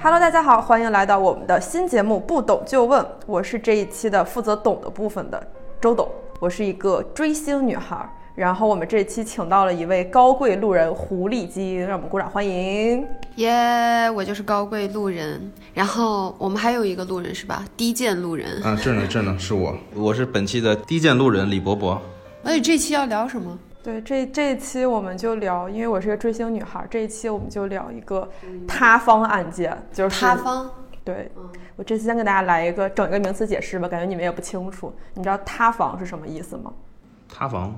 Hello，大家好，欢迎来到我们的新节目《不懂就问》，我是这一期的负责懂的部分的周董，我是一个追星女孩。然后我们这期请到了一位高贵路人狐狸精，让我们鼓掌欢迎。耶我就是高贵路人。然后我们还有一个路人是吧？低贱路 人。啊，这儿呢，这儿呢，是我，我是本期的低贱路人李伯伯。而且哎这期要聊什么？对，这这一期我们就聊，因为我是个追星女孩，这一期我们就聊一个塌方案件，就是塌方。对，我这次先给大家来一个整一个名词解释吧，感觉你们也不清楚。你知道塌房是什么意思吗？塌房，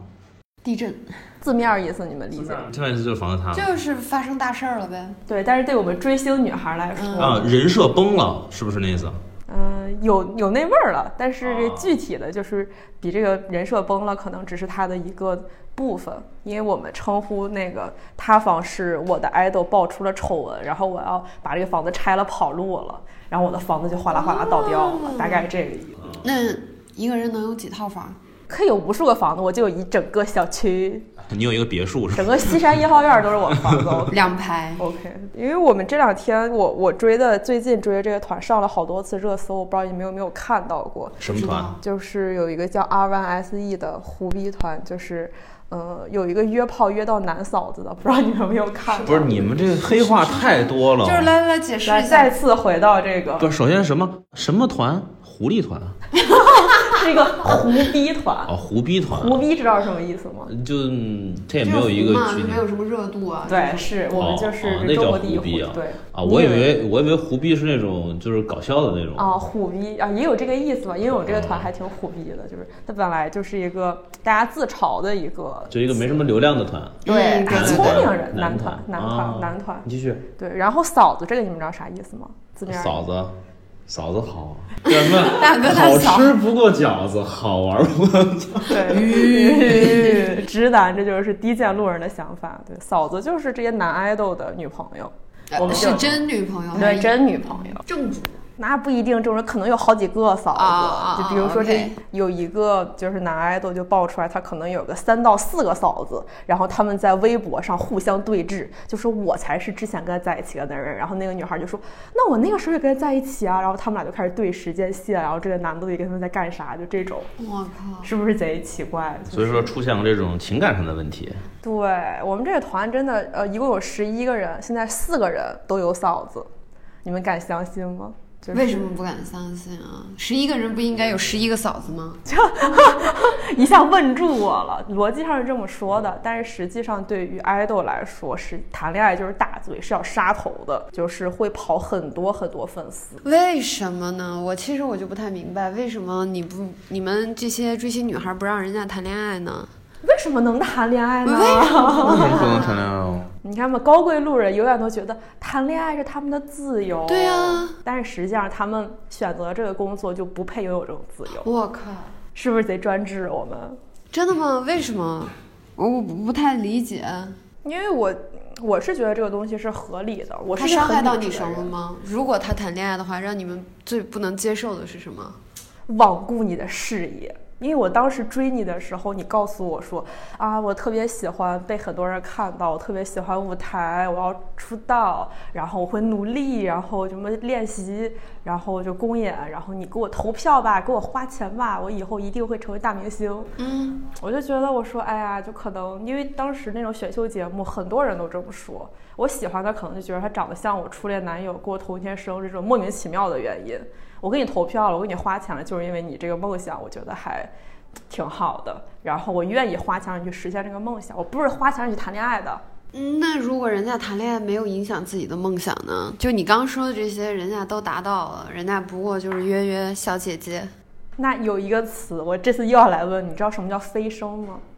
地震字面意思你们理解？现在就是房子塌就是发生大事儿了呗。对，但是对我们追星女孩来说，啊，人设崩了，是不是那意思？嗯、有有那味儿了，但是这具体的就是比这个人设崩了，可能只是它的一个部分，因为我们称呼那个塌房是我的 idol 爆出了丑闻，然后我要把这个房子拆了跑路了，然后我的房子就哗啦哗啦倒掉了，大概是这个意思。那一个人能有几套房？可以有无数个房子，我就有一整个小区，你有一个别墅是吧？整个西山一号院都是我的房子。OK 两排。 OK，因为我们这两天我我追的最近追的这个团上了好多次热搜，我不知道你们有没有看到过。什么团？就是有一个叫 R One SE 的胡逼团，就是，呃，有一个约炮约到男嫂子的，不知道你们有没有看到？不是你们这黑话太多了。就是来来来，解释来一下再。次回到这个，不是，首先什么什么团？狐狸团是一个胡逼团。哦，胡逼团，胡逼知道是什么意思吗？就嗯它也就没是有一个湖嘛，具就体没有什么热度啊。对，是我们就哦哦是那中叫国第一胡逼啊对啊，你我以为我以为胡逼是那种就是搞笑的那种。啊，虎逼啊，也有这个意思吧，因为我这个哦团还挺虎逼的，就是它本来就是一个大家自嘲的一个，就一个没什么流量的团，对嗯对聪对明对人男团团男啊团男团，你继续，对，然后嫂子这个你们知道啥意思吗？字面儿嫂子，嫂子好，啊叫什么？大哥大好嫂，吃不过饺子，好玩不过 对， 直男这就是低贱路人的想法。对，嫂子就是这些男爱豆的女朋友，我们就是真女朋友，还对是真女朋友，正主。那不一定，这种人可能有好几个嫂子。啊啊啊就比如说这 OK 有一个就是男爱豆就爆出来，他可能有个三到四个嫂子，然后他们在微博上互相对峙，就说我才是之前跟他在一起的那个人，然后那个女孩就说那我那个时候也跟他在一起啊，然后他们俩就开始对时间线，然后这个男的也跟他们在干啥，就这种我靠，是不是贼奇怪？就是所以说出现了这种情感上的问 题，对我们这个团真的，呃，一共有十一个人，现在四个人都有嫂子，你们敢相信吗？就是为什么不敢相信啊？十一个人不应该有十一个嫂子吗？一下问住我了。逻辑上是这么说的，但是实际上对于爱豆来说，是谈恋爱就是大罪，是要杀头的，就是会跑很多很多粉丝。为什么呢？我其实我就不太明白，为什么你不你们这些追星女孩不让人家谈恋爱呢？为什么能谈恋爱呢？为什嗯么不能谈恋爱哦？ 你看吧，高贵路人永远都觉得谈恋爱是他们的自由。对啊，但是实际上他们选择这个工作就不配拥有这种自由，我靠，是不是贼专制我们？真的吗？为什么？我我不不太理解，因为我我是觉得这个东西是合理的，我他是一个伤害很到理你智什的么人？吗？如果他谈恋爱的话，让你们最不能接受的是什么？ 罔顾你的视野。因为我当时追你的时候，你告诉我说啊，我特别喜欢被很多人看到，我特别喜欢舞台，我要出道，然后我会努力，然后什么练习，然后就公演，然后你给我投票吧，给我花钱吧，我以后一定会成为大明星。嗯，我就觉得我说，哎呀，就可能因为当时那种选秀节目，很多人都这么说。我喜欢他，可能就觉得他长得像我初恋男友，给我同一天生日这种莫名其妙的原因。我给你投票了，我给你花钱了，就是因为你这个梦想，我觉得还挺好的。然后我愿意花钱让你去实现这个梦想，我不是花钱让你去谈恋爱的。那如果人家谈恋爱没有影响自己的梦想呢？就你刚说的这些，人家都达到了，人家不过就是约约小姐姐，那有一个词，我这次又要来问，你知道什么叫飞升吗？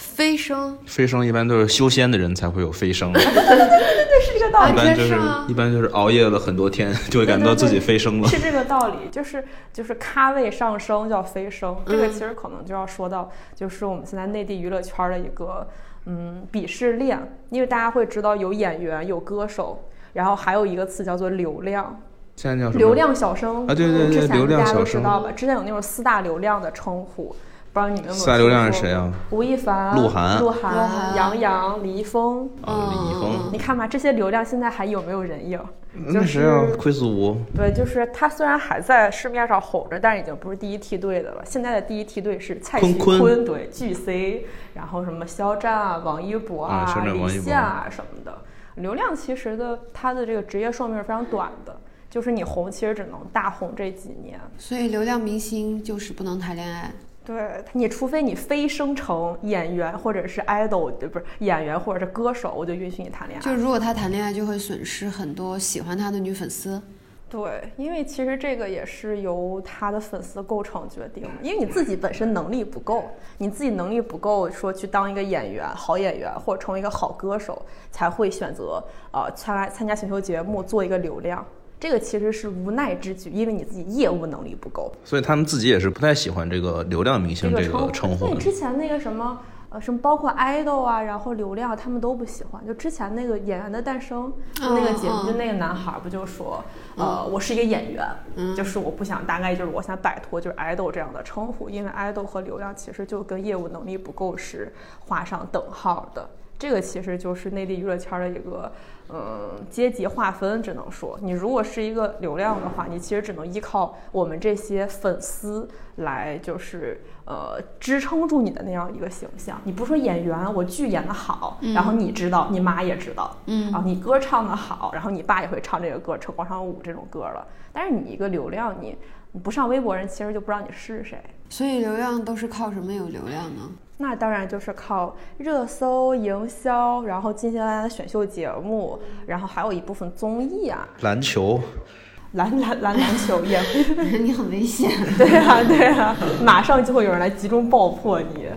飞升飞升一般都是修仙的人才会有飞升，这是这个道理一。般就是啊一般就是熬夜了很多天，就会感到自己飞升了。是这个道理，就是就是咖位上升叫飞升，这个其实可能就要说到，就是我们现在内地娱乐圈的一个嗯鄙视链，因为大家会知道有演员、有歌手，然后还有一个词叫做流量，现在叫什么？流量小生啊对对对之前流量大家都小知生道吧？之前有那种四大流量的称呼，不知道你们有没有四大流量是听说谁啊过？吴亦凡、鹿晗鹿鹿晗晗、杨洋、李易峰。啊，李易峰，你看吧，这些流量现在还有没有人影？那谁啊？奎斯吴，对，就是他虽然还在市面上红着，但是已经不是第一梯队的了。现在的第一梯队是蔡徐坤坤坤，对，巨 C，然后什么肖战啊、王一博啊肖战李王一博现啊什么的。流量其实的，它的这个职业寿命是非常短的，就是你红其实只能大红这几年。所以流量明星就是不能谈恋爱。对你，除非你非生成演员或者是 idol，对，不是演员或者是歌手，我就允许你谈恋爱。就如果他谈恋爱，就会损失很多喜欢他的女粉丝。对，因为其实这个也是由他的粉丝构成决定的，因为你自己本身能力不够，你自己能力不够，说去当一个演员、好演员或者成为一个好歌手，才会选择呃参来参加选秀节目做一个流量。这个其实是无奈之举，因为你自己业务能力不够。所以他们自己也是不太喜欢这个流量明星这个称呼对的。之前那个什么呃什么，包括 idol 啊，然后流量他们都不喜欢。就之前那个《演员的诞生》就那个节目，嗯就那个男孩儿不就说，呃，我是一个演员，嗯就是我不想，大概就是我想摆脱就是 idol 这样的称呼，因为 idol 和流量其实就跟业务能力不够是画上等号的。这个其实就是内地娱乐圈的一个，嗯，阶级划分，只能说，你如果是一个流量的话，你其实只能依靠我们这些粉丝来，就是呃，支撑住你的那样一个形象。你不说演员，我剧演得好，然后你知道，你妈也知道，嗯，啊，你歌唱得好，然后你爸也会唱这个歌，唱广场舞这种歌了。但是你一个流量，你你不上微博，人其实就不知道你是谁。所以流量都是靠什么有流量呢？ 那当然就是靠热搜、营销，然后近些年来的选秀节目，然后还有一部分综艺啊，篮球， 篮篮篮篮球也会，你很危险。 对啊对啊，马上就会有人来集中爆破你。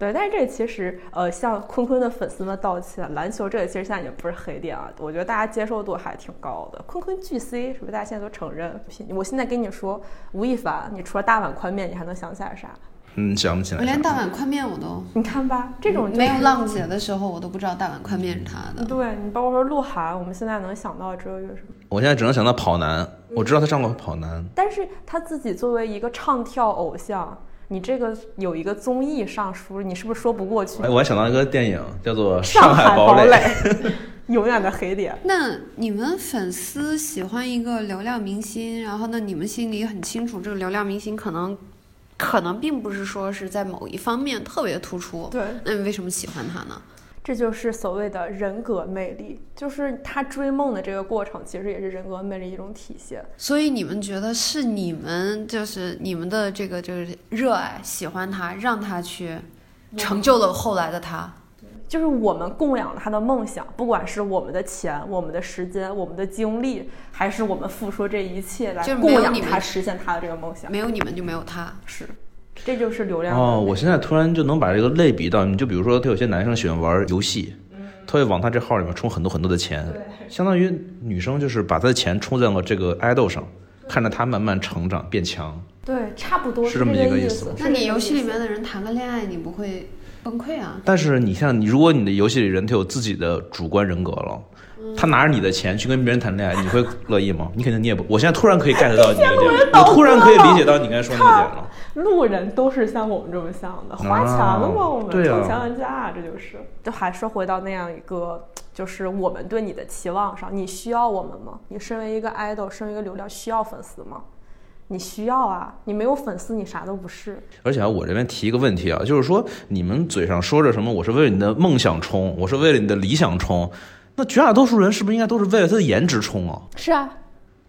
对，但是这其实呃，向坤坤的粉丝们道歉，篮球这个其实现在也不是黑点啊，我觉得大家接受度还挺高的。坤坤巨 C 是不是大家现在都承认？我现在跟你说，吴亦凡，你除了大碗宽面，你还能想起来啥？嗯，想不起我来连啥。大碗宽面我都你看吧，这种就是没有浪姐的时候，我都不知道大碗宽面是他的。对你包括说鹿晗，我们现在能想到只有一个什么？我现在只能想到跑男，我知道他上过跑男，但是他自己作为一个唱跳偶像，你这个有一个综艺上书，你是不是说不过去？哎，我还想到一个电影叫做《上海堡垒》， 永远的黑点。那你们粉丝喜欢一个流量明星，然后呢，你们心里很清楚，这个流量明星可能可能并不是说是在某一方面特别突出。对那你为什么喜欢他呢？这就是所谓的人格魅力，就是他追梦的这个过程，其实也是人格魅力一种体现。所以你们觉得是你们就是你们的这个就是热爱喜欢他，让他去成就了后来的他。就是我们供养了他的梦想，不管是我们的钱、我们的时间、我们的精力，还是我们付出这一切来就是没供有养你们他实现他的这个梦想。没有你们就没有他。是，这就是流量 哦，的我现在突然就能把这个类比到，你就比如说，他有些男生喜欢玩游戏，他会往他这号里面充很多很多的钱，相当于女生就是把他的钱充在了这个爱豆上，看着他慢慢成长变强。对，差不多是这么一个个意思思吗。是那这个你游意戏里思面的人谈个恋爱，你不会崩溃啊？但是你像你，如果你的游戏里人他有自己的主观人格了，他拿着你的钱去跟别人谈恋爱，你会乐意吗？你肯定你也不。我现在突然可以 get 到你的点，我突然可以理解到你刚才说那个点了。路人都是像我们这么想的，花钱了嘛，我们对啊充钱玩家啊，这就是。就还说回到那样一个，就是我们对你的期望上，你需要我们吗？你身为一个 idol，身为一个流量，需要粉丝吗？你需要啊，你没有粉丝，你啥都不是。而且啊，我这边提一个问题啊，就是说你们嘴上说着什么，我是为了你的梦想冲，我是为了你的理想冲，那绝大多数人是不是应该都是为了他的颜值冲啊？是啊，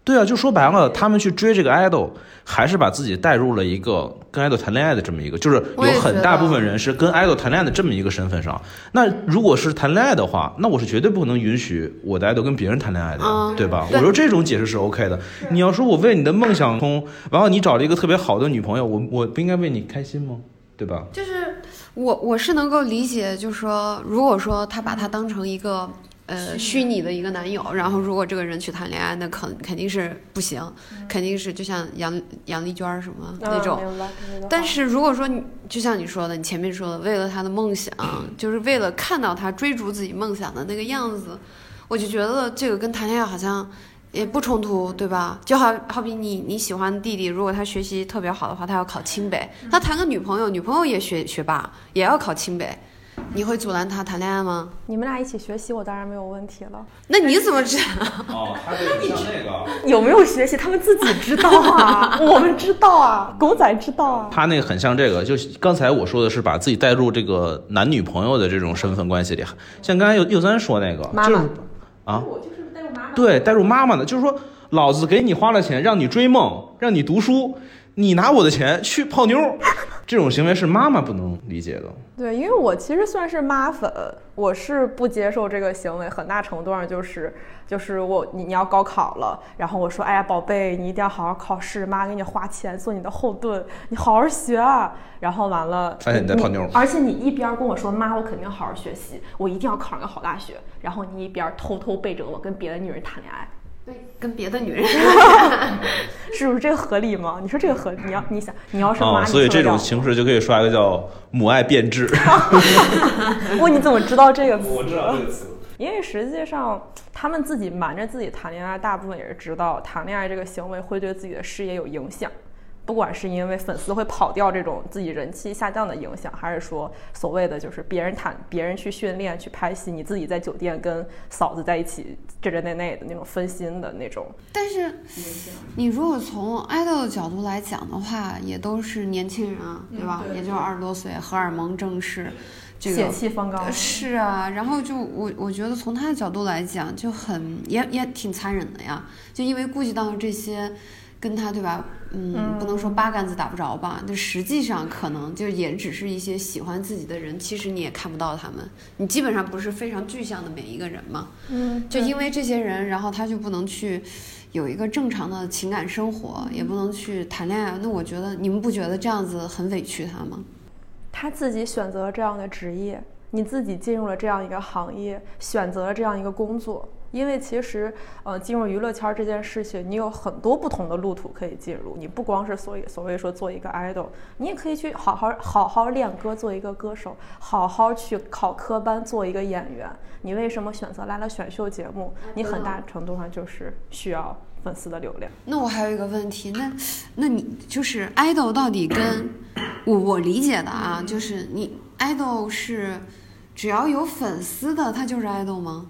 对啊，就说白了，他们去追这个 idol，还是把自己带入了一个跟 idol 谈恋爱的这么一个，就是我也有觉很得大部分人是跟 idol 谈恋爱的这么一个身份上。那如果是谈恋爱的话，那我是绝对不可能允许我的 idol 跟别人谈恋爱的呀，嗯对吧？对我说这种解释是 OK 的。你要说我为你的梦想冲，然后你找了一个特别好的女朋友，我我不应该为你开心吗？对吧？就是我我是能够理解，就是说，如果说他把他当成一个呃虚拟的一个男友，然后如果这个人去谈恋爱，那肯肯定是不行，肯定是就像杨杨丽娟儿什么那种。嗯明白明白但是如果说你就像你说的，你前面说的，为了他的梦 想，就是为了看到他追逐自己梦想的那个样子，我就觉得这个跟谈恋爱好像也不冲突，对吧？就好好比你你喜欢弟弟，如果他学习特别好的话，他要考清北，他谈个女朋友，女朋友也学学霸，也要考清北，你会阻拦他谈恋爱吗？你们俩一起学习，我当然没有问题了。那你怎么知道？哦，他就很像那个，有没有学习，他们自己知道 啊，我们知道啊，狗仔知道啊。他那个很像这个，就是刚才我说的是把自己带入这个男女朋友的这种身份关系里，像刚才佑佑三说那个，妈妈就是啊，我就是带着妈妈。对，带入妈妈的，就是说，老子给你花了钱，让你追梦，让你读书，你拿我的钱去泡妞儿， 这种行为是妈妈不能理解的。对，因为我其实算是妈粉，我是不接受这个行为，很大程度上就是就是我你你要高考了，然后我说哎呀宝贝，你一定要好好考试，妈给你花钱做你的后盾，你好好学啊。然后完了，发现你在泡妞而且你一边跟我说妈，我肯定好好学习，我一定要考上个好大学，然后你一边偷偷背着我跟别的女人谈恋爱，对，跟别的女 人。是不是这个合理吗？你说这个合理？你要你想你要是妈，啊、你所以受得这种了形式就可以刷一个叫“母爱变 质吗哇，你怎么知道这个词？”。知道这个词。 因为实际上，他们自己瞒着自己谈恋爱，大部分也是知道谈恋爱这个行为会对自己的事业有影响，不管是因为粉丝会跑掉这种自己人气下降的影响，还是说所谓的就是别人谈别人去训练去拍戏，你自己在酒店跟嫂子在一起这这那那的那种分心的那种。但是，你如果从爱豆的角度来讲的话，也都是年轻人啊，对吧？也就是二十多岁，荷尔蒙正是这血个气方刚，是啊，然后就我我觉得从他的角度来讲，就很也也挺残忍的呀，就因为顾及到这些，跟他对吧？嗯，不能说八竿子打不着吧，但实际上可能就也只是一些喜欢自己的人，其实你也看不到他们，你基本上不是非常具象的每一个人嘛。嗯，就因为这些人，然后他就不能去有一个正常的情感生活，也不能去谈恋爱。那我觉得你们不觉得这样子很委屈他吗？他自己选择了这样的职业，你自己进入了这样一个行业，选择了这样一个工作。因为其实，呃，进入娱乐圈这件事情，你有很多不同的路途可以进入。你不光是所以所谓说做一个 idol，你也可以去好好好好练歌，做一个歌手，好好去考科班，做一个演员。你为什么选择来了选秀节目？你很大程度上就是需要粉丝的流量。那我还有一个问题，那那你就是 idol 到底跟我我理解的啊，就是你 idol 是只要有粉丝的，他就是 idol 吗？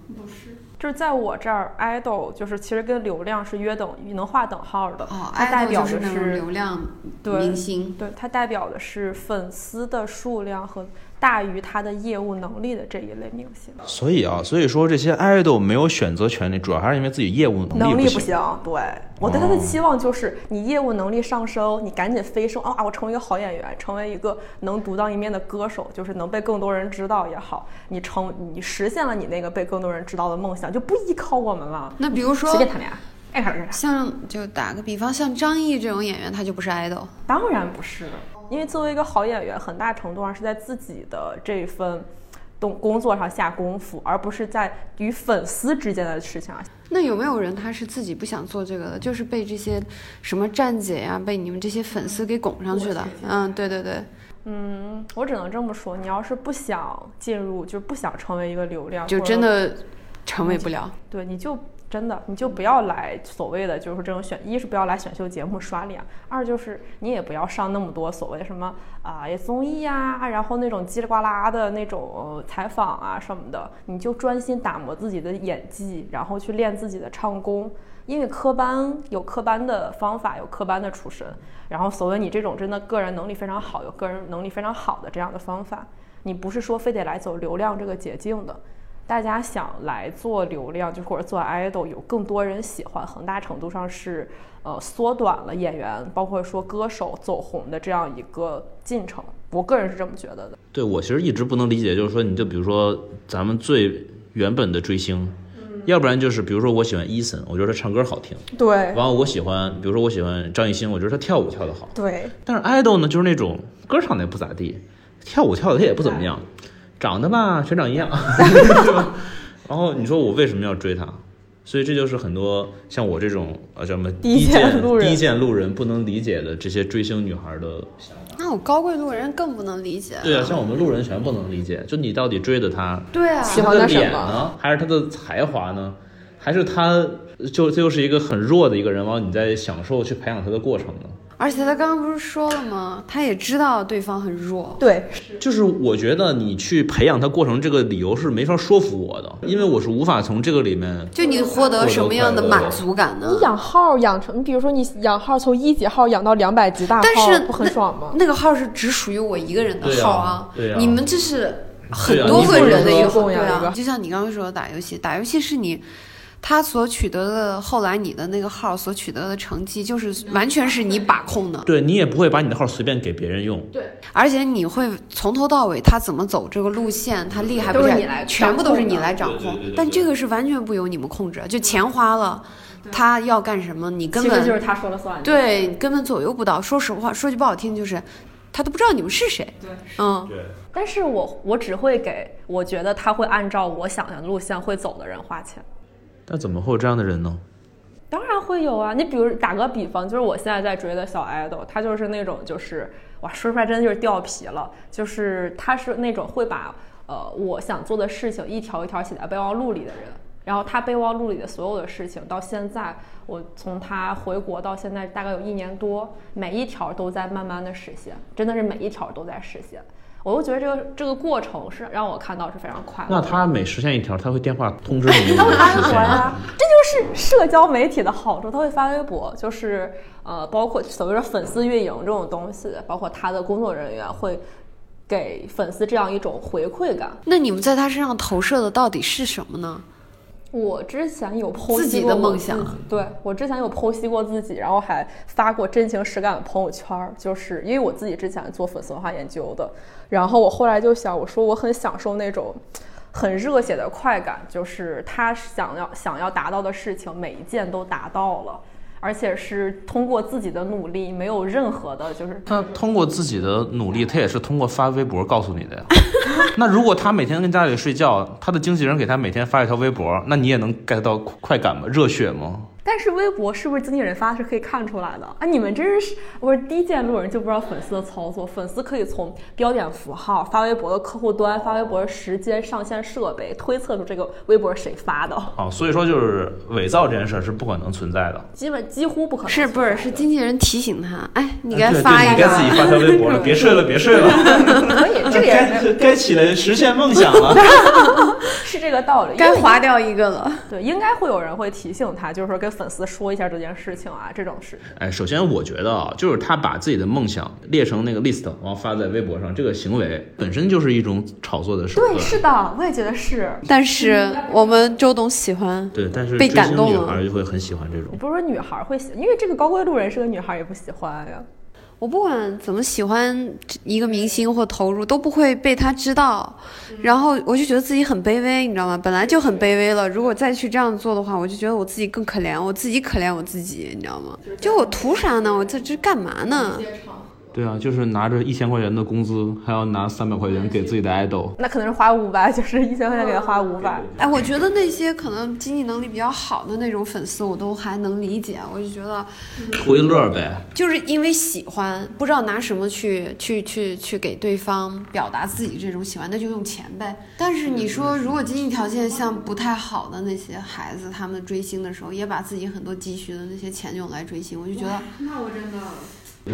就是在我这儿，idol 就是其实跟流量是约等能划等号的。哦它代，idol 表就的是那种流量对明星。对，它代表的是粉丝的数量和大于他的业务能力的这一类明星，所以啊，所以说这些爱豆没有选择权利，主要还是因为自己业务能力力行。行。对我对他的哦期望就是，你业务能力上升，你赶紧飞升啊！我成为一个好演员，成为一个能独当一面的歌手，就是能被更多人知道也好，你成你实现了你那个被更多人知道的梦想，就不依靠我们了，那比如说随便谈恋爱。爱啥干啥，像就打个比方，像张译这种演员，他就不是 idol。当然不是，因为作为一个好演员，很大程度上是在自己的这份动工作上下功夫，而不是在与粉丝之间的事情上。啊那有没有人他是自己不想做这个的，就是被这些什么站姐呀、被你们这些粉丝给拱上去的？嗯，对对对，嗯，我只能这么说，你要是不想进入，就是不想成为一个流量，就或者真的成为不了。对，你就真的你就不要来所谓的就是这种选，一是不要来选秀节目刷脸，二就是你也不要上那么多所谓什么啊、综艺呀、然后那种叽里呱啦的那种、呃采访啊什么的，你就专心打磨自己的演技，然后去练自己的唱功。因为科班有科班的方法，有科班的出身，然后所谓你这种真的个人能力非常好，有个人能力非常好的这样的方法，你不是说非得来走流量这个捷径的，大家想来做流量，就是或者做 idol，有更多人喜欢，很大程度上是呃缩短了演员，包括说歌手走红的这样一个进程。我个人是这么觉得的。对我其实一直不能理解，就是说，你就比如说咱们最原本的追星，嗯要不然就是比如说我喜欢 Eason，我觉得他唱歌好听，对然后我喜欢，比如说我喜欢张艺兴，我觉得他跳舞跳得好。对，但是 idol 呢，就是那种歌唱的也不咋地，跳舞跳的也不怎么样，长得吧全长 一样，对吧？然后你说我为什么要追他？所以这就是很多像我这种呃什么低低贱贱路人低贱路人不能理解的这些追星女孩的想法。那我高贵路人更不能理解。对啊，像我们路人全不能理解，就你到底追的他对啊，喜是欢他他的什脸么呢，还是他的才华呢？还是他就这就是一个很弱的一个人，然后你在享受去培养他的过程呢？而且他刚刚不是说了吗？他也知道对方很弱，对，就是我觉得你去培养他过程这个理由是没法说服我的，因为我是无法从这个里面就你获得什么样的满足感呢你？养号养成，你比如说你养号从一级号养到两百级大号，但是不很爽吗？那个号是只属于我一个人的号对啊对啊你们这是很对啊多你个不人能的一个够号，对呀一个啊，就像你刚刚说的打游戏，打游戏是你。他所取得的后来你的那个号所取得的成绩，嗯就是完全是你把控的，对你也不会把你的号随便给别人用。而且你会从头到尾他怎么走这个路线，他厉害不都厉是害你来全部都是你来掌掌控的控对对对对。对但这个是完全不由你们控制，就钱花了，他要干什么你根其实就是本他说了算。，对你根本左右不到。说实话，说句不好听就是，他都不知道你们是谁。对嗯，对，但是我我只会给我觉得他会按照我想象的路线会走的人花钱。但怎么会有这样的人呢？当然会有啊，你比如打个比方，就是我现在在追的小 idol，他就是那种就是哇，说出来真的就是掉皮了，就是他是那种会把呃我想做的事情一条一条写在备忘录里的人。然后他备忘录里的所有的事情，到现在我从他回国到现在大概有一年多，每一条都在慢慢的实现，真的是每一条都在实现。我又觉得这个这个过程是让我看到是非常快乐的。那他每实现一条，他会电话通知你有 没他有会发啊微实博现呀， 这就是社交媒体的好处。他会发微博，就是呃，包括所谓的粉丝运营这种东西，包括他的工作人员会给粉丝这样一种回馈感。那你们在他身上投射的到底是什么呢？我之前有剖析过自己的我梦想自己对我之前有剖析过自己，然后还发过真情实感的朋友圈儿，就是因为我自己之前做粉丝文化研究的，然后我后来就想，我说我很享受那种。很热血的快感，就是他想要想要达到的事情，每一件都达到了，而且是通过自己的努力，没有任何的，就是他通过自己的努力，他也是通过发微博告诉你的呀。 那如果他每天跟家里睡觉，他的经纪人给他每天发一条微博，那你也能 get 到快感吗？热血吗？但是微博是不是经纪人发的是可以看出来的啊？你们真是，我是低见路人就不知道粉丝的操作。粉丝可以从标点符号、发微博的客户端、发微博的时间、上线设备推测出这个微博是谁发的，啊，所以说就是伪造这件事儿是不可能存在的。基本几乎不可能。是不是是经纪人提醒他？哎，你你该发一你该自己个。发条 微博了，别睡了，别睡了，可以，这个也该该起来实现梦想了。 是这个道理。该因为划掉一个了，对，应该会有人会提醒他，就是说跟粉丝说一下这件事情啊，这种事。哎，首先我觉得啊，就是他把自己的梦想列成那个 list，然后发在微博上，这个行为本身就是一种炒作的手段。对，是的，我也觉得是。 但是我们周董喜欢，对，但是被追感星动女了孩就会很喜欢这种你。不是说女孩会喜，因为这个高贵路人是个女孩也不喜欢呀。我不管怎么喜欢一个明星或投入，都不会被他知道，然后我就觉得自己很卑微，你知道吗？本来就很卑微了，如果再去这样做的话，我就觉得我自己更可怜，我自己可怜我自己，你知道吗？就我图啥呢？我这这干嘛呢？对啊，就是拿着一千块钱的工资，还要拿三百块钱给自己的爱豆。那可能是花五百，就是一千块钱给他花五百。哎，我觉得那些可能经济能力比较好的那种粉丝，我都还能理解。我就觉得，图一乐呗。就是因为喜欢，不知道拿什么去去去去给对方表达自己这种喜欢，那就用钱呗。但嗯是你说，如果经济条件像不太好的那些孩子，他们追星的时候，也把自己很多积蓄的那些钱用来追星，我就觉得，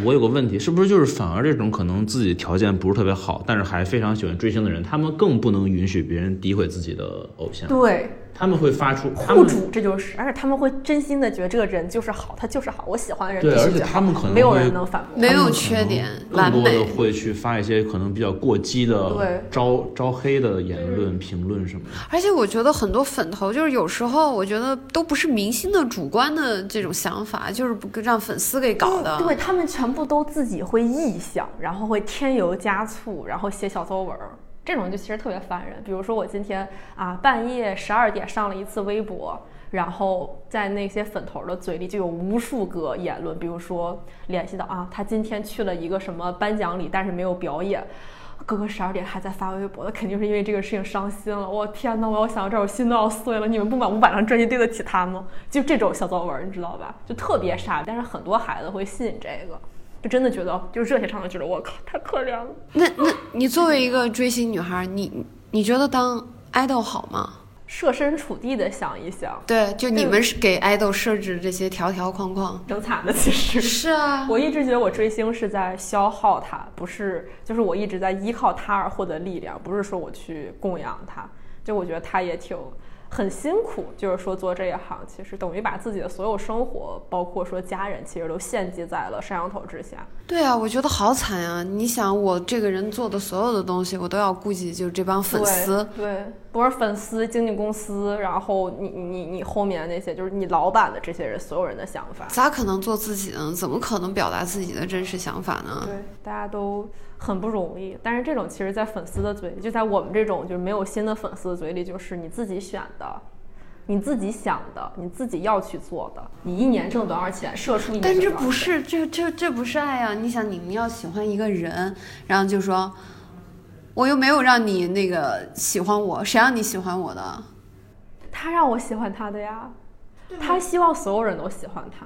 我有个问题，是不是就是反而这种可能自己条件不是特别好，但是还非常喜欢追星的人，他们更不能允许别人诋毁自己的偶像，对，他们会发出他护们主，这就是，而且他们会真心的觉得这个人就是好，他就是好，我喜欢的人对，必而须且这样，他们可能没有人会能反驳。没有缺点，更完多的美。会去发一些可能比较过激的对招招黑的言论、评论什么的。而且我觉得很多粉头就是有时候，我觉得都不是明星的主观的这种想法，就是不让粉丝给搞的。对他们全部都自己会臆想，然后会添油加醋，然后写小作文儿，这种就其实特别烦人。比如说我今天啊半夜十二点上了一次微博，然后在那些粉头儿的嘴里就有无数个言论，比如说联系到啊他今天去了一个什么颁奖礼，但是没有表演。哥哥十二点还在发微博，他肯定是因为这个事情伤心了。我天哪，我要想到这儿，我心都要碎了。你们不买五百张专辑对得起他吗？就这种小作文，你知道吧？就特别傻，但是很多孩子会吸引这个，就真的觉得，就热血上头觉得我靠，太可怜了。那那你作为一个追星女孩，你你觉得当爱豆好吗？设身处地的想一想，对，就你们是给爱豆设置这些条条框框。挺惨的其实。是啊，我一直觉得我追星是在消耗它，不是，就是我一直在依靠它而获得力量，不是说我去供养它。就我觉得它也挺很辛苦，就是说做这一行，其实等于把自己的所有生活，包括说家人，其实都献祭在了摄像头之下。对啊，我觉得好惨啊！你想，我这个人做的所有的东西，我都要顾及，就是这帮粉丝。对，对不是粉丝、经纪公司，然后你你你你后面那些，就是你老板的这些人，所有人的想法。咋可能做自己呢？怎么可能表达自己的真实想法呢？对，大家都很不容易。但是这种其实，在粉丝的嘴里，就在我们这种就是没有心的粉丝的嘴里，就是你自己选的，你自己想的，你自己要去做的。你一年挣多少钱，社畜一年但挣这多少不钱是，这这这不是爱啊！你想，你们要喜欢一个人，然后就说，我又没有让你那个喜欢我，谁让你喜欢我的？他让我喜欢他的呀，他希望所有人都喜欢他。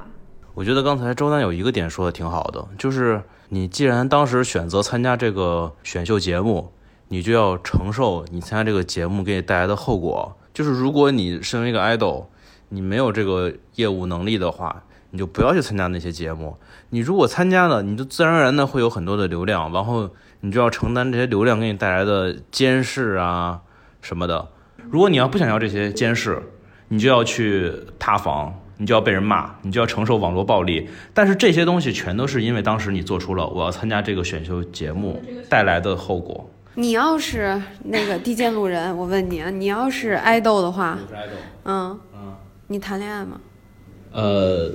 我觉得刚才周丹有一个点说的挺好的，就是你既然当时选择参加这个选秀节目，你就要承受你参加这个节目给你带来的后果。就是如果你身为一个 idol，你没有这个业务能力的话，你就不要去参加那些节目。你如果参加了，你就自然而然的会有很多的流量，然后你就要承担这些流量给你带来的监视啊什么的。如果你要不想要这些监视，你就要去塌房，你就要被人骂，你就要承受网络暴力。但是这些东西全都是因为当时你做出了我要参加这个选秀节目带来的后果。你要是那个低贱路人，我问你啊，你要是爱豆的话，嗯，你谈恋爱吗？呃，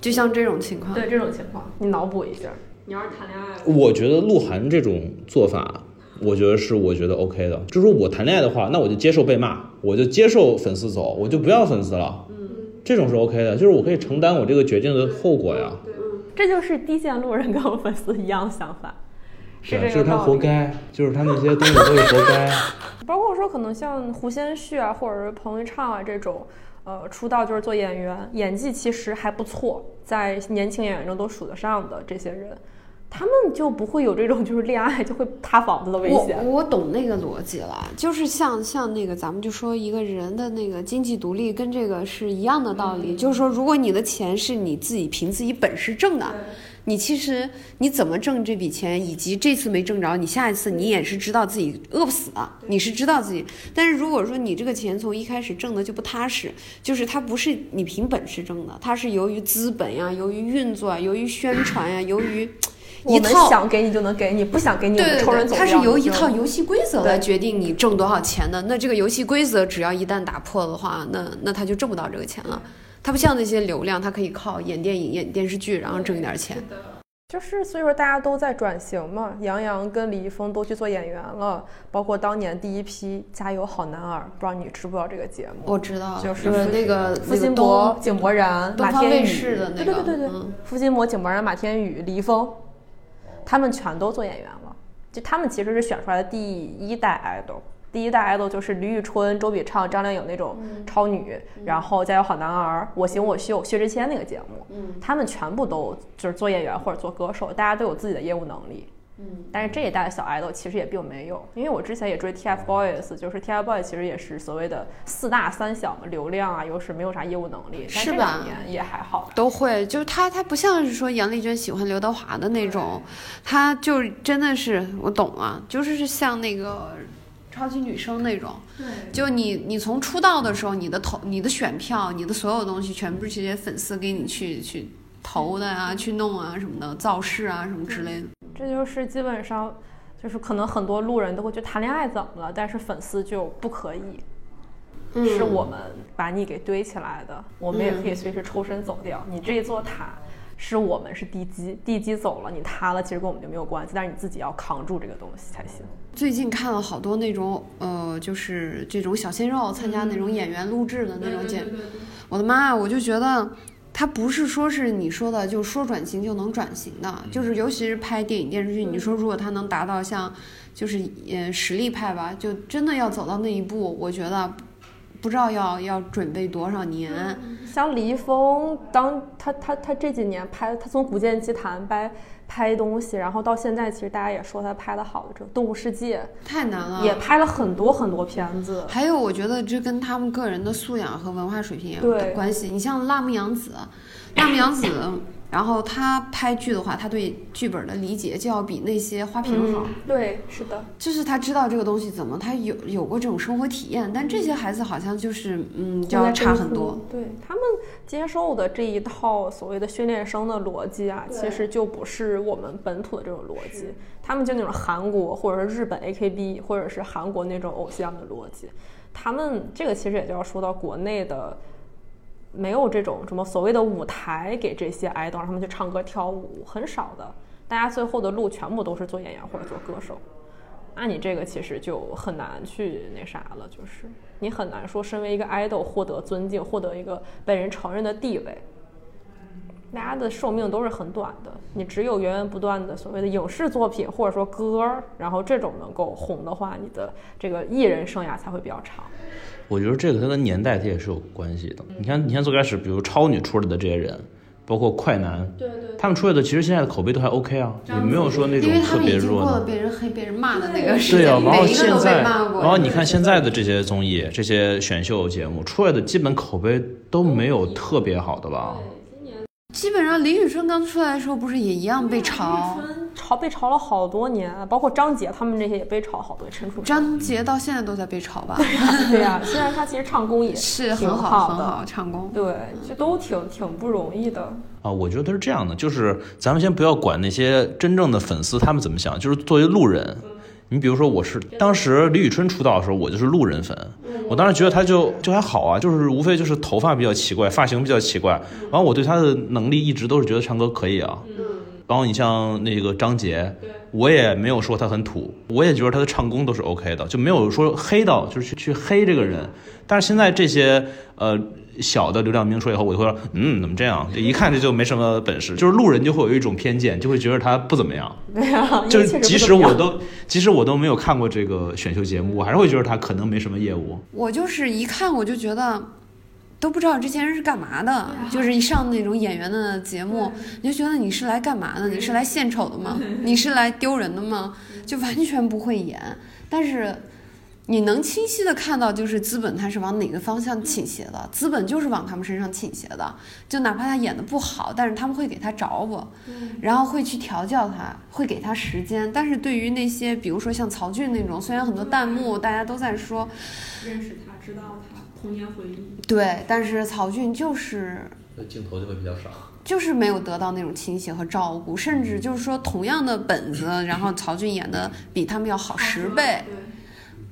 就像这种情况，对这种情况，你脑补一下，你要是谈恋爱，我觉得鹿晗这种做法，我觉得是我觉得 OK 的。就是说我谈恋爱的话，那我就接受被骂，我就接受粉丝走，我就不要粉丝了。嗯，这种是 OK 的，就是我可以承担我这个决定的后果呀。这就是低线路人跟我粉丝一样想法，是对这就是个他道活理。该，就是他那些东西都是活该。包括说可能像胡先煦啊，或者是彭昱畅啊这种，呃，出道就是做演员，演技其实还不错，在年轻演员中都数得上的这些人，他们就不会有这种就是恋爱就会塌房子的危我险。我懂那个逻辑了，就是像像那个，咱们就说一个人的那个经济独立跟这个是一样的道嗯理，就是说，如果你的钱是你自己凭自己本事挣的，你其实你怎么挣这笔钱，以及这次没挣着，你下一次你也是知道自己饿不死的，你是知道自己。但是如果说你这个钱从一开始挣的就不踏实，就是它不是你凭本事挣的，它是由于资本呀、由于运作啊、由于宣传呀、由于我一们套想给你就能给你，不想给你我对们对抽人对，走它是掉由你一就套游戏规则对来决定你挣多少钱的。那这个游戏规则只要一旦打破的话，那那他就挣不到这个钱了。他不像那些流量，他可以靠演电影、演电视剧，然后挣一点钱。就是所以说大家都在转型嘛，杨洋跟李易峰都去做演员了，包括当年第一批《加油好男儿》，不知道你知不知道这个节目？我知道，就是那个付那个辛东博、井柏然、东马方天卫宇视的那对个对对对对，嗯付辛博、井柏然、马天宇、李易峰，他们全都做演员了。就他们其实是选出来的第一代 idol，第一代 idol 就是李宇春、周笔畅、张靓颖那种嗯超女，然后《加油好男儿》、我行我秀、薛之谦那个节目，嗯他们全部都就是做演员或者做歌手，大家都有自己的业务能力。嗯但是这一代的小爱豆其实也并没有，因为我之前也追 TFBOYS，就是 TFBOYS 其实也是所谓的四大三小嘛，流量啊，优势没有啥业务能力，但是这吧两年也还好。都会，就是他，他不像是说杨丽娟喜欢刘德华的那种，他就真的是我懂了、就是是像那个超级女声那种，就你你从出道的时候，你的投、你的选票、你的所有东西，全部是这些粉丝给你去去投的啊、去弄啊什么的，造势啊什么之类的。这就是基本上，就是可能很多路人都会觉得谈恋爱怎么了，但是粉丝就不可以，是我们把你给堆起来的，我们也可以随时抽身走掉。你这一座塔是我们是地基，地基走了，你塌了，其实跟我们就没有关系，但是你自己要扛住这个东西才行。最近看了好多那种呃，就是这种小鲜肉参加那种演员录制的那种节目，我的妈呀，我就觉得。他不是说是你说的，就说转型就能转型的，嗯就是尤其是拍电影电视剧，你说如果他能达到像，就是呃实力派吧，就真的要走到那一步，我觉得不知道要要准备多少年。嗯像李易峰，当他他他这几年拍，他从《古剑奇谭》拍拍东西，然后到现在其实大家也说他拍的好的这个《动物世界》太难了。也拍了很多很多片子，还有，我觉得这跟他们个人的素养和文化水平也有对关系。你像辣目洋子，辣目洋子，然后他拍剧的话，他对剧本的理解就要比那些花瓶嗯好，对，是的，就是他知道这个东西怎么，他有有过这种生活体验。但这些孩子好像就是，嗯，就要差很多。。对他们接受的这一套所谓的训练生的逻辑啊，其实就不是我们本土的这种逻辑，他们就那种韩国或者是日本 AKB 或者是韩国那种偶像的逻辑。他们这个其实也就要说到国内的。没有这种什么所谓的舞台给这些 idol 让他们去唱歌跳舞，很少的。大家最后的路全部都是做演员或者做歌手。那你这个其实就很难去那啥了，就是你很难说身为一个 idol 获得尊敬，获得一个被人承认的地位。大家的寿命都是很短的，你只有源源不断的所谓的影视作品或者说歌儿，然后这种能够红的话，你的这个艺人生涯才会比较长。我觉得这个它跟年代它也是有关系的。你看，你看最开始，比如超女出来的这些人，包括快男，对对他们出来的其实现在的口碑都还 OK 啊，也没有说那种因为他特们别已经弱过的了。被人黑、被人骂的那个时对间，啊，然后每一个现都在，被骂过。然后你看现在的这些综艺、这些选秀节目出来的，基本口碑都没有特别好的吧？基本上李宇春刚出来的时候，不是也一样被啊嘲？炒被炒了好多年，啊包括张杰他们这些也被炒好多年，陈楚生张杰到现在都在被嘲吧？对呀、虽然他其实唱功也 是挺很好很的好，唱功。对，就都挺挺不容易的。啊，我觉得是这样的，就是咱们先不要管那些真正的粉丝他们怎么想，就是作为路人，嗯你比如说我是当时李宇春出道的时候，我就是路人粉，我当时觉得她就就还好啊，就是无非就是头发比较奇怪，发型比较奇怪，嗯然后我对她的能力一直都是觉得唱歌可以啊。嗯嗯然后你像那个张杰，我也没有说他很土，我也觉得他的唱功都是 OK 的，就没有说黑到就是去去黑这个人。但是现在这些呃小的流量明说以后，我就会说，嗯，怎么这样？这一看这就没什么本事，就是路人就会有一种偏见，就会觉得他不怎么样。对呀、因为就是哦确实不怎即使么样我都即使我都没有看过这个选秀节目，我还是会觉得他可能没什么业务。我就是一看我就觉得。都不知道这些人是干嘛的，啊就是一上那种演员的节目，你就觉得你是来干嘛的？你是来献丑的吗？你是来丢人的吗？就完全不会演。但是你能清晰的看到，就是资本它是往哪个方向倾斜的，资本就是往他们身上倾斜的。就哪怕他演的不好，但是他们会给他着补，然后会去调教他，会给他时间。但是对于那些，比如说像曹骏那种，虽然很多弹幕大家都在说，认识他，知道他，童年回忆。对，但是曹骏就是镜头就会比较少。就是没有得到那种倾斜和照顾，甚至就是说同样的本子，然后曹骏演的比他们要好十倍，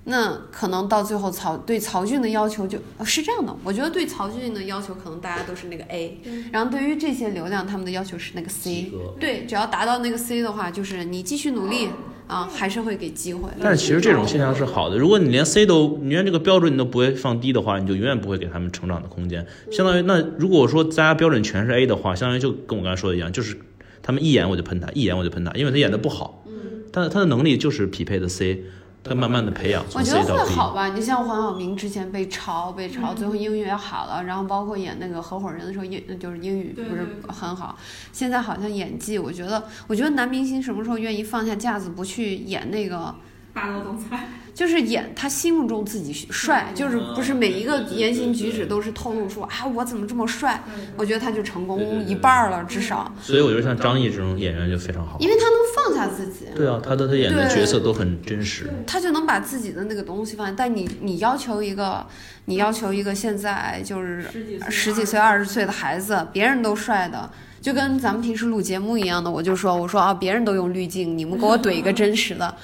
那可能到最后曹对曹骏的要求就、呃是这样的。我觉得对曹骏的要求可能大家都是那个 A，然后对于这些流量他们的要求是那个 C，对，只要达到那个 C 的话，就是你继续努力啊，还是会给机会。但是其实这种现象是好的，如果你连 C 都，你连这个标准你都不会放低的话，你就永远不会给他们成长的空间。相当于那如果说大家标准全是 A 的话，相当于就跟我刚才说的一样，就是他们一眼我就喷他，一眼我就喷他，因为他演的不好，但他的能力就是匹配的 C，他慢慢的培养我从觉 C 得到会 B。好吧，你像黄晓明之前被嘲被嘲，最后英语也好了，然后包括演那个合伙人的时候，英就是英语对不是对很好。现在好像演技，我觉得，我觉得男明星什么时候愿意放下架子，不去演那个，霸道总裁，就是演他心目中自己帅，就是啊不是每一个言行举止都是透露出啊我怎么这么帅？我觉得他就成对对功对一半儿了，至少，所以我觉得像张译这种演员就非常好。因为他能放下自己。对啊，他的他演的对角色都很真实。他就能把自己的那个东西放下，但你你要求一个，你要求一个现在就是十几岁，十几岁、二十岁的孩子，别人都帅的，就跟咱们平时录节目一样的。我就说，我说啊，别人都用滤镜，你们给我怼一个真实的。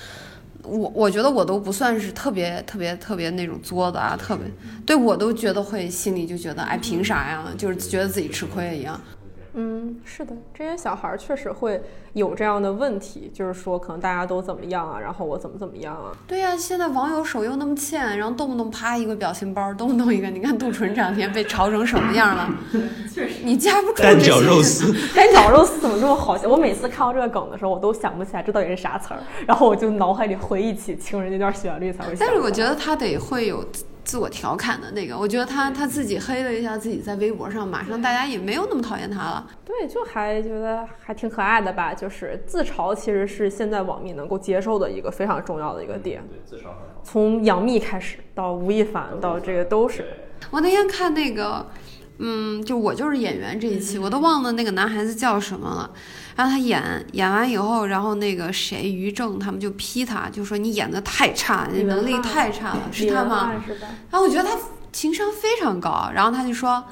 我我觉得我都不算是特别特别特别那种作的啊，特别对我都觉得会心里就觉得，哎，凭啥呀？就是觉得自己吃亏一样。嗯，是的，这些小孩儿确实会有这样的问题，就是说可能大家都怎么样啊，然后我怎么怎么样啊， 对呀、现在网友手又那么欠，然后动不动啪一个表情包，动不动一个。你看杜淳这两天被嘲成什么样了？确实，你架不住蛋这饺些肉丝，但绞肉丝怎么这么好笑？我每次看到这个梗的时候，我都想不起来这到底是啥词儿，然后我就脑海里回忆起情人那段旋律才会想起来。但是我觉得他得会有自我调侃的那个，我觉得他他自己黑了一下自己在微博上，马上大家也没有那么讨厌他了。对，就还觉得还挺可爱的吧。就是自嘲其实是现在网民能够接受的一个非常重要的一嗯个点，对，自嘲很好。从杨幂开始到吴亦凡到这个都是。我那天看那个，嗯，就我就是演员这一期，我都忘了那个男孩子叫什么了。然后他演演完以后，然后那个谁于正他们就批他，就说你演的太差，你李文能力翰太差了，是他吗？是吧？然后我觉得他情商非常高，然后他就说，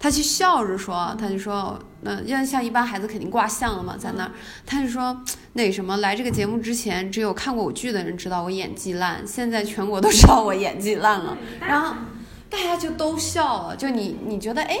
他就笑着说，他就说，嗯、呃，要像一般孩子肯定挂相了嘛，在那儿，他就说那什么，来这个节目之前，只有看过我剧的人知道我演技烂，现在全国都知道我演技烂了，然后大家就都笑了，就你你觉得哎，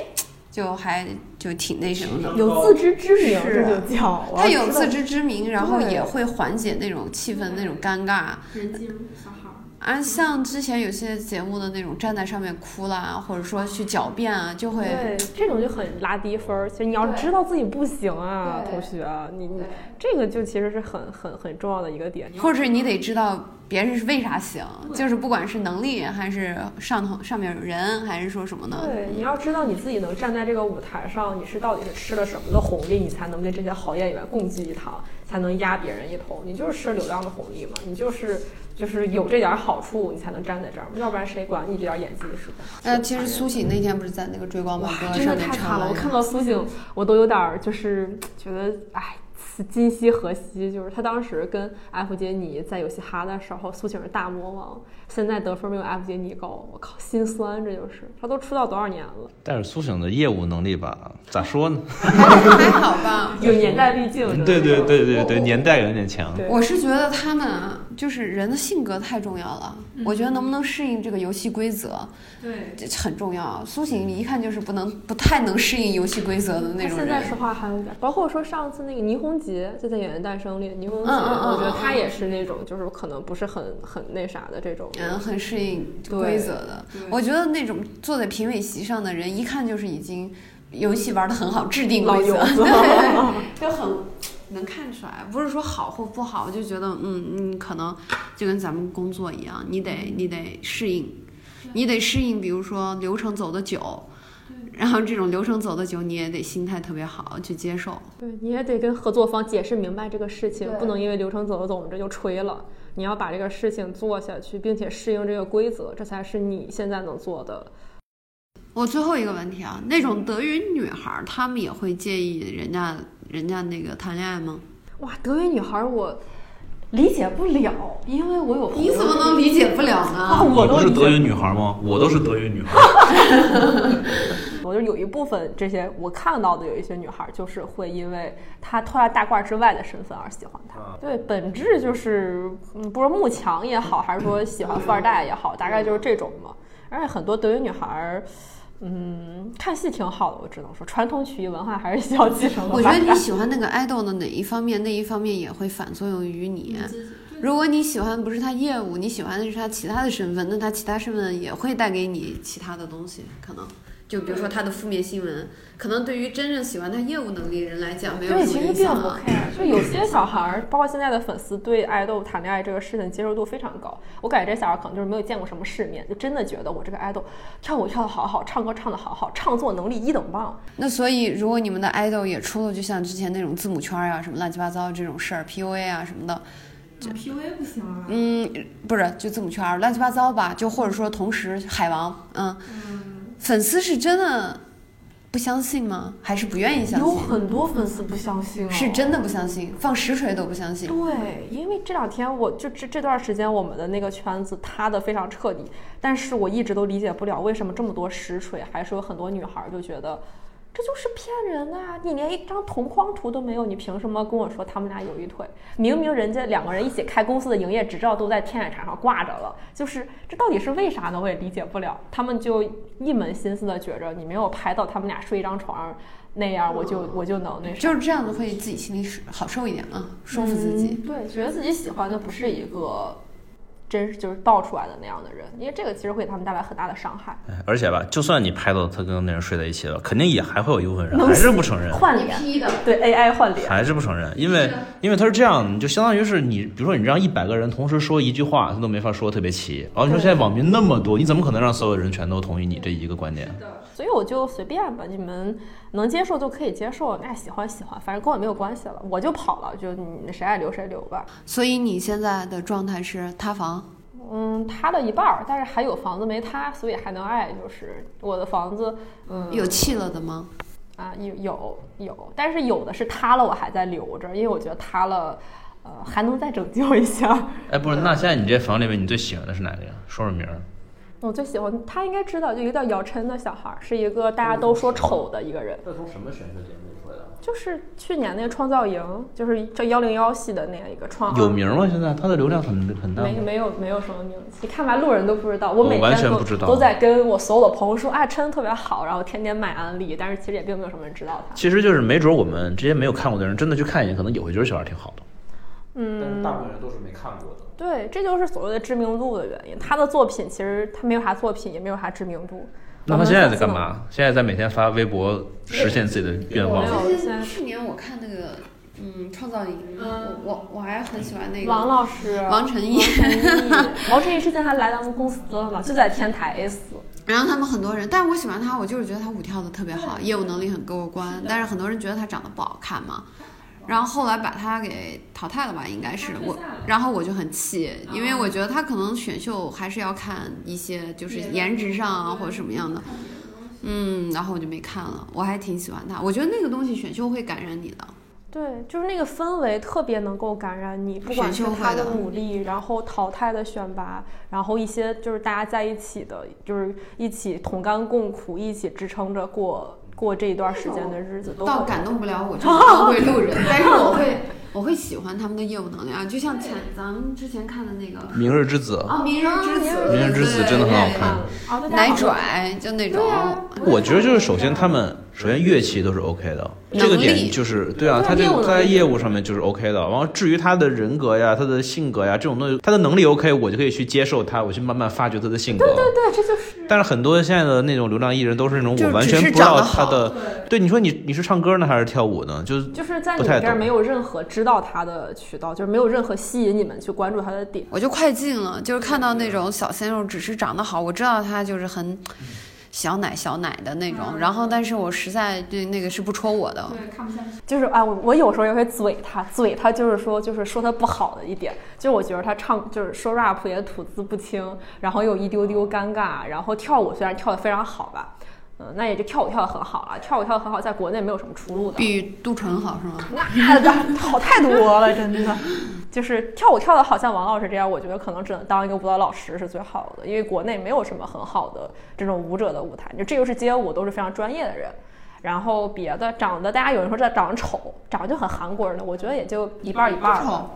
就还就挺那什么的。有自知之明，是这就叫我要他有知道自知之明，然后对也会缓解那种气氛那种尴尬。人精小孩儿，啊，像之前有些节目的那种站在上面哭啦，或者说去狡辩啊，就会对，这种就很拉低分儿。其实你要对知道自己不行啊，对同学，你你这个就其实是很很很重要的一个点。或者你得知道别人是为啥行，就是不管是能力还是上头上面有人，还是说什么的，对，你要知道你自己能站在这个舞台上，你是到底是吃了什么的红利，你才能跟这些好演员共济一堂，才能压别人一头。你就是吃流量的红利嘛，你就是就是有这点儿好处，你才能站在这儿，要不然谁管你这点儿演技是吧？呃，其实苏醒那天不是在那个追光吧歌真上的面太唱惨了！了我一看个，到苏醒，我都有点儿就是觉得，哎，此今夕何夕？就是他当时跟艾弗杰尼在有嘻哈的时候，苏醒是大魔王，现在得分没有艾弗杰尼高，我靠，心酸，这就是他都出道多少年了，但是苏醒的业务能力吧，咋说呢？ 还好吧。有年代滤镜。真的嗯对是对对对对，年代有点强。对我是觉得他们啊，就是人的性格太重要了。嗯我觉得能不能适应这个游戏规则对，这很重要。苏醒一看就是不能不太能适应游戏规则的那他现种人在。说话还有点，包括说上次那个倪虹洁就在《演员诞生》里，倪虹洁，嗯嗯嗯我觉得嗯她嗯也是那种，就是可能不是很很那啥的这种人。嗯，很适应对规则的对。我觉得那种坐在评委席上的人，一看就是已经游戏玩的很好，制定规则，老油子 对，就很能看出来。不是说好或不好，我就觉得嗯，你可能就跟咱们工作一样，你得你得适应，你得适应，比如说流程走的久。 然后这种流程走的久，你也得心态特别好去接受。对，你也得跟合作方解释明白这个事情，对不能因为流程走着走着就吹了。你要把这个事情做下去，并且适应这个规则，这才是你现在能做的。我最后一个问题啊，那种德云女孩儿，她们也会介意人家人家那个谈恋爱吗？哇，德云女孩我理解不了，因为我有你怎么能理解不了啊，呢？我你都不是理解德云女孩吗？我都是德云女孩。我就有一部分这些我看到的有一些女孩，就是会因为她脱下大褂之外的身份而喜欢她。对，本质就是，嗯，不是慕强也好，还是说喜欢富二代也好，大概就是这种嘛。而且很多德云女孩儿，嗯，看戏挺好的，我只能说传统曲艺文化还是需要继承的。我觉得你喜欢那个爱豆的哪一方面，那一方面也会反作用于你。如果你喜欢不是他业务，你喜欢的是他其他的身份，那他其他身份也会带给你其他的东西，可能。就比如说他的负面新闻，可能对于真正喜欢他业务能力的人来讲没有对，什其么实影并响不啊。 care。就有些小孩儿，包括现在的粉丝对爱豆谈恋爱这个事情接受度非常高。我感觉这小孩儿可能就是没有见过什么世面，就真的觉得我这个爱豆跳舞跳得好好，唱歌唱得好好，唱作能力一等棒。那所以，如果你们的 idol 也出了就像之前那种字母圈啊、什么乱七八糟这种事儿，PUA 啊什么的，这 PUA 不行啊，嗯，不是，就字母圈儿乱七八糟吧，就或者说同时海王，嗯，粉丝是真的不相信吗？还是不愿意相信？很多粉丝不相信、哦是真的不相信，放实锤都不相信。对，因为这两天我就这这段时间，我们的那个圈子塌的非常彻底，但是我一直都理解不了为什么这么多实锤，还是有很多女孩儿就觉得这就是骗人的、啊，你连一张同框图都没有，你凭什么跟我说他们俩有一腿？明明人家两个人一起开公司的营业执照都在天眼查上挂着了，就是这到底是为啥呢？我也理解不了，他们就一门心思的觉着你没有拍到他们俩睡一张床上那样，我就我就能那啥。就是这样子会自己嗯心里好受一点啊，说服自己。嗯对，觉得自己喜欢的不是一个真就是爆出来的那样的人，因为这个其实会给他们带来很大的伤害。哎 而且吧，就算你拍到他跟那人睡在一起了，肯定也还会有一部分人还是不承认，换你脸， P 的，对 AI 换脸，还是不承认，因为因为他是这样，你就相当于是你，比如说你让一百个人同时说一句话，他都没法说特别齐。然后你说对现在网民那么多，你怎么可能让所有人全都同意你这一个观点？所以我就随便吧，你们能接受就可以接受，爱喜欢喜欢，反正跟我也没有关系了，我就跑了，就你谁爱留谁留吧。所以你现在的状态是塌房，嗯，塌了一半儿，但是还有房子没塌，所以还能爱。就是我的房子，嗯，有气了的吗？啊，有有有，但是有的是塌了，我还在留着，因为我觉得塌了，呃，还能再拯救一下。哎，不是，那现在你这房里面你最喜欢的是哪个呀？说说名儿。我最喜欢他，应该知道，就一个叫姚琛的小孩儿，是一个大家哦都说丑的一个人，这从什么选秀节目里出来的？就是去年那个创造营，就是叫幺零幺系的那样一个创有名吗？现在他的流量很很大吗没？没有没有什么名气，看完路人都不知道。我每完天全都不知道都在跟我所有的朋友说啊，琛特别好，然后天天卖安利，但是其实也并没有什么人知道他。其实就是没准我们这些没有看过的人，真的去看一眼，可能也会觉得小孩挺好的。但是大部分人都是没看过的。对，这就是所谓的知名度的原因。他的作品其实他没有啥作品，也没有啥知名度。那我他们现在粉在丝干呢？嘛？现在在每天发微博实现自己的愿望没。有最现在近去年我看那个，嗯，创造营，嗯我我我还很喜欢那个王老师，王晨毅，晨毅，王晨毅之前还来咱们公司了嘛，就在天台 A 四。然后他们很多人，但我喜欢他，我就是觉得他舞跳的特别好，业务能力很过关，但是很多人觉得他长得不好看嘛。然后后来把他给淘汰了吧，应该是他退我赛了，然后我就很气，因为我觉得他可能选秀还是要看一些就是颜嗯值上啊或者什么样的，嗯，然后我就没看了，我还挺喜欢他，我觉得那个东西选秀会感染你的，对，就是那个氛围特别能够感染你，不管是选秀会他的的努力，然后淘汰的选拔，然后一些就是大家在一起的，就是一起同甘共苦，一起支撑着过过这一段时间的日子，都倒会感动不了我这种光会 路人，但是我会我会喜欢他们的业务能力啊，就像前咱们之前看的那个明日之子，啊《明日之子》，明日之子真的很好对看。啊，对大家奶好像拽就那种对，啊，我觉得就是首先他们首先乐器都是 OK 的，能力这个点就是对啊，对他这业务能个力在业务上面就是 OK 的。然后至于他的人格呀、他的性格呀这种东西，他的能力 OK，我就可以去接受他，我去慢慢发掘他的性格。对对，这就是但是很多现在的那种流浪艺人都是那种就我完只全是不知长道得他好的，对你说你你是唱歌呢还是跳舞呢？就是就是在不你太这儿懂没有任何知道他的渠道，就是没有任何吸引你们去关注他的点。我就快进了，就是看到那种小鲜肉，只是长得好，我知道他就是很小奶小奶的那种，嗯然后但是我实在对那个是不戳我的，对，看不下去。就是啊，我我有时候也会嘴他，嘴他就是说，就是说他不好的一点，就是我觉得他唱就是说 rap 也吐字不清，然后有一丢丢尴尬，然后跳舞虽然跳得非常好吧，嗯，那也就跳舞跳得很好了，跳舞跳得很好，在国内没有什么出路的，比杜淳好是吗？那那 好太多了，真的。就是跳舞跳的好像王老师这样，我觉得可能只能当一个舞蹈老师是最好的，因为国内没有什么很好的这种舞者的舞台。就这又是街舞，都是非常专业的人。然后别的长得，大家有人说这长得丑，长得就很韩国人的，我觉得也就一半儿一半儿吧。丑，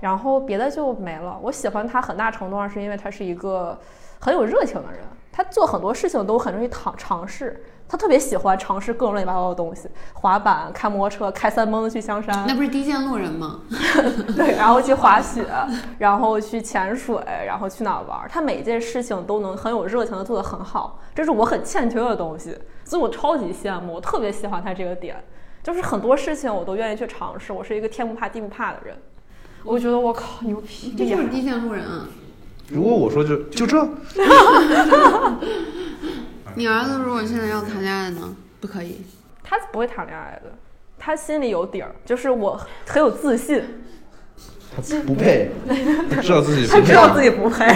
然后别的就没了。我喜欢他很大程度上是因为他是一个很有热情的人，他做很多事情都很容易尝尝试。他特别喜欢尝试各种乱七八糟的东西，滑板、开摩托车、开三蹦子去香山，那不是低见路人吗？对，然后去滑雪，然后去潜水，然后去哪儿玩儿，他每件事情都能很有热情的做得很好，这是我很欠缺的东西，所以我超级羡慕，我特别喜欢他这个点，就是很多事情我都愿意去尝试，我是一个天不怕地不怕的人，我觉得我靠牛逼，这厉就害是低见路人啊！如果我说就就这，你儿子如果现在要谈恋爱呢？不可以，他不会谈恋爱的，他心里有底儿，就是我很有自信，他不 配，他知道自己他不知配。道自己不配，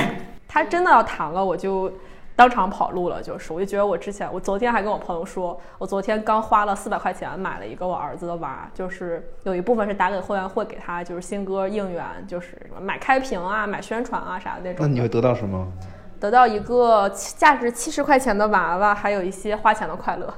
他真的要谈了，我就当场跑路了。就是，我就觉得我之前，我昨天还跟我朋友说，我昨天刚花了四百块钱买了一个我儿子的娃，就是有一部分是打给后援会给他，就是新歌应援，就是什么买开屏啊、买宣传啊啥的那种。那你会得到什么？得到一个价值七十块钱的娃娃，还有一些花钱的快乐。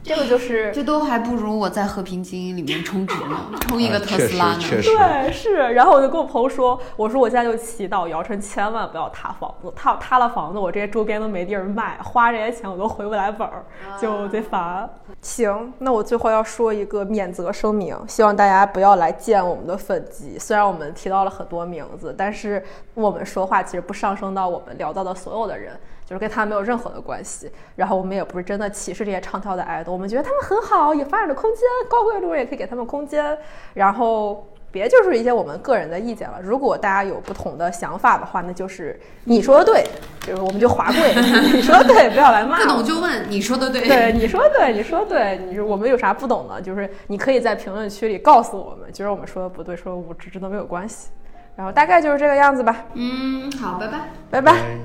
这个就是这都还不如我在《和平精英》里面充值呢，充一个特斯拉呢。啊确实确实对，是。然后我就跟我朋友说，我说我现在就祈祷姚晨千万不要塌房子，塌塌了房子，我这些周边都没地儿卖，花这些钱我都回不来本儿，啊就贼烦。行，那我最后要说一个免责声明，希望大家不要来见我们的粉籍。虽然我们提到了很多名字，但是我们说话其实不上升到我们聊到的所有的人。就是跟他们没有任何的关系。然后我们也不是真的歧视这些唱跳的 idol，我们觉得他们很好，有发展的空间，高贵路人也可以给他们空间。然后别就是一些我们个人的意见了。如果大家有不同的想法的话，那就是你说的对，就是我们就华贵， 你说的对，不要来骂不懂我。就问，你说的对。对，你说对，你说对，你说我们有啥不懂的？就是你可以在评论区里告诉我们，觉得我们说的不对，说的无知，这都没有关系。然后大概就是这个样子吧，嗯，好，拜拜。拜拜。哎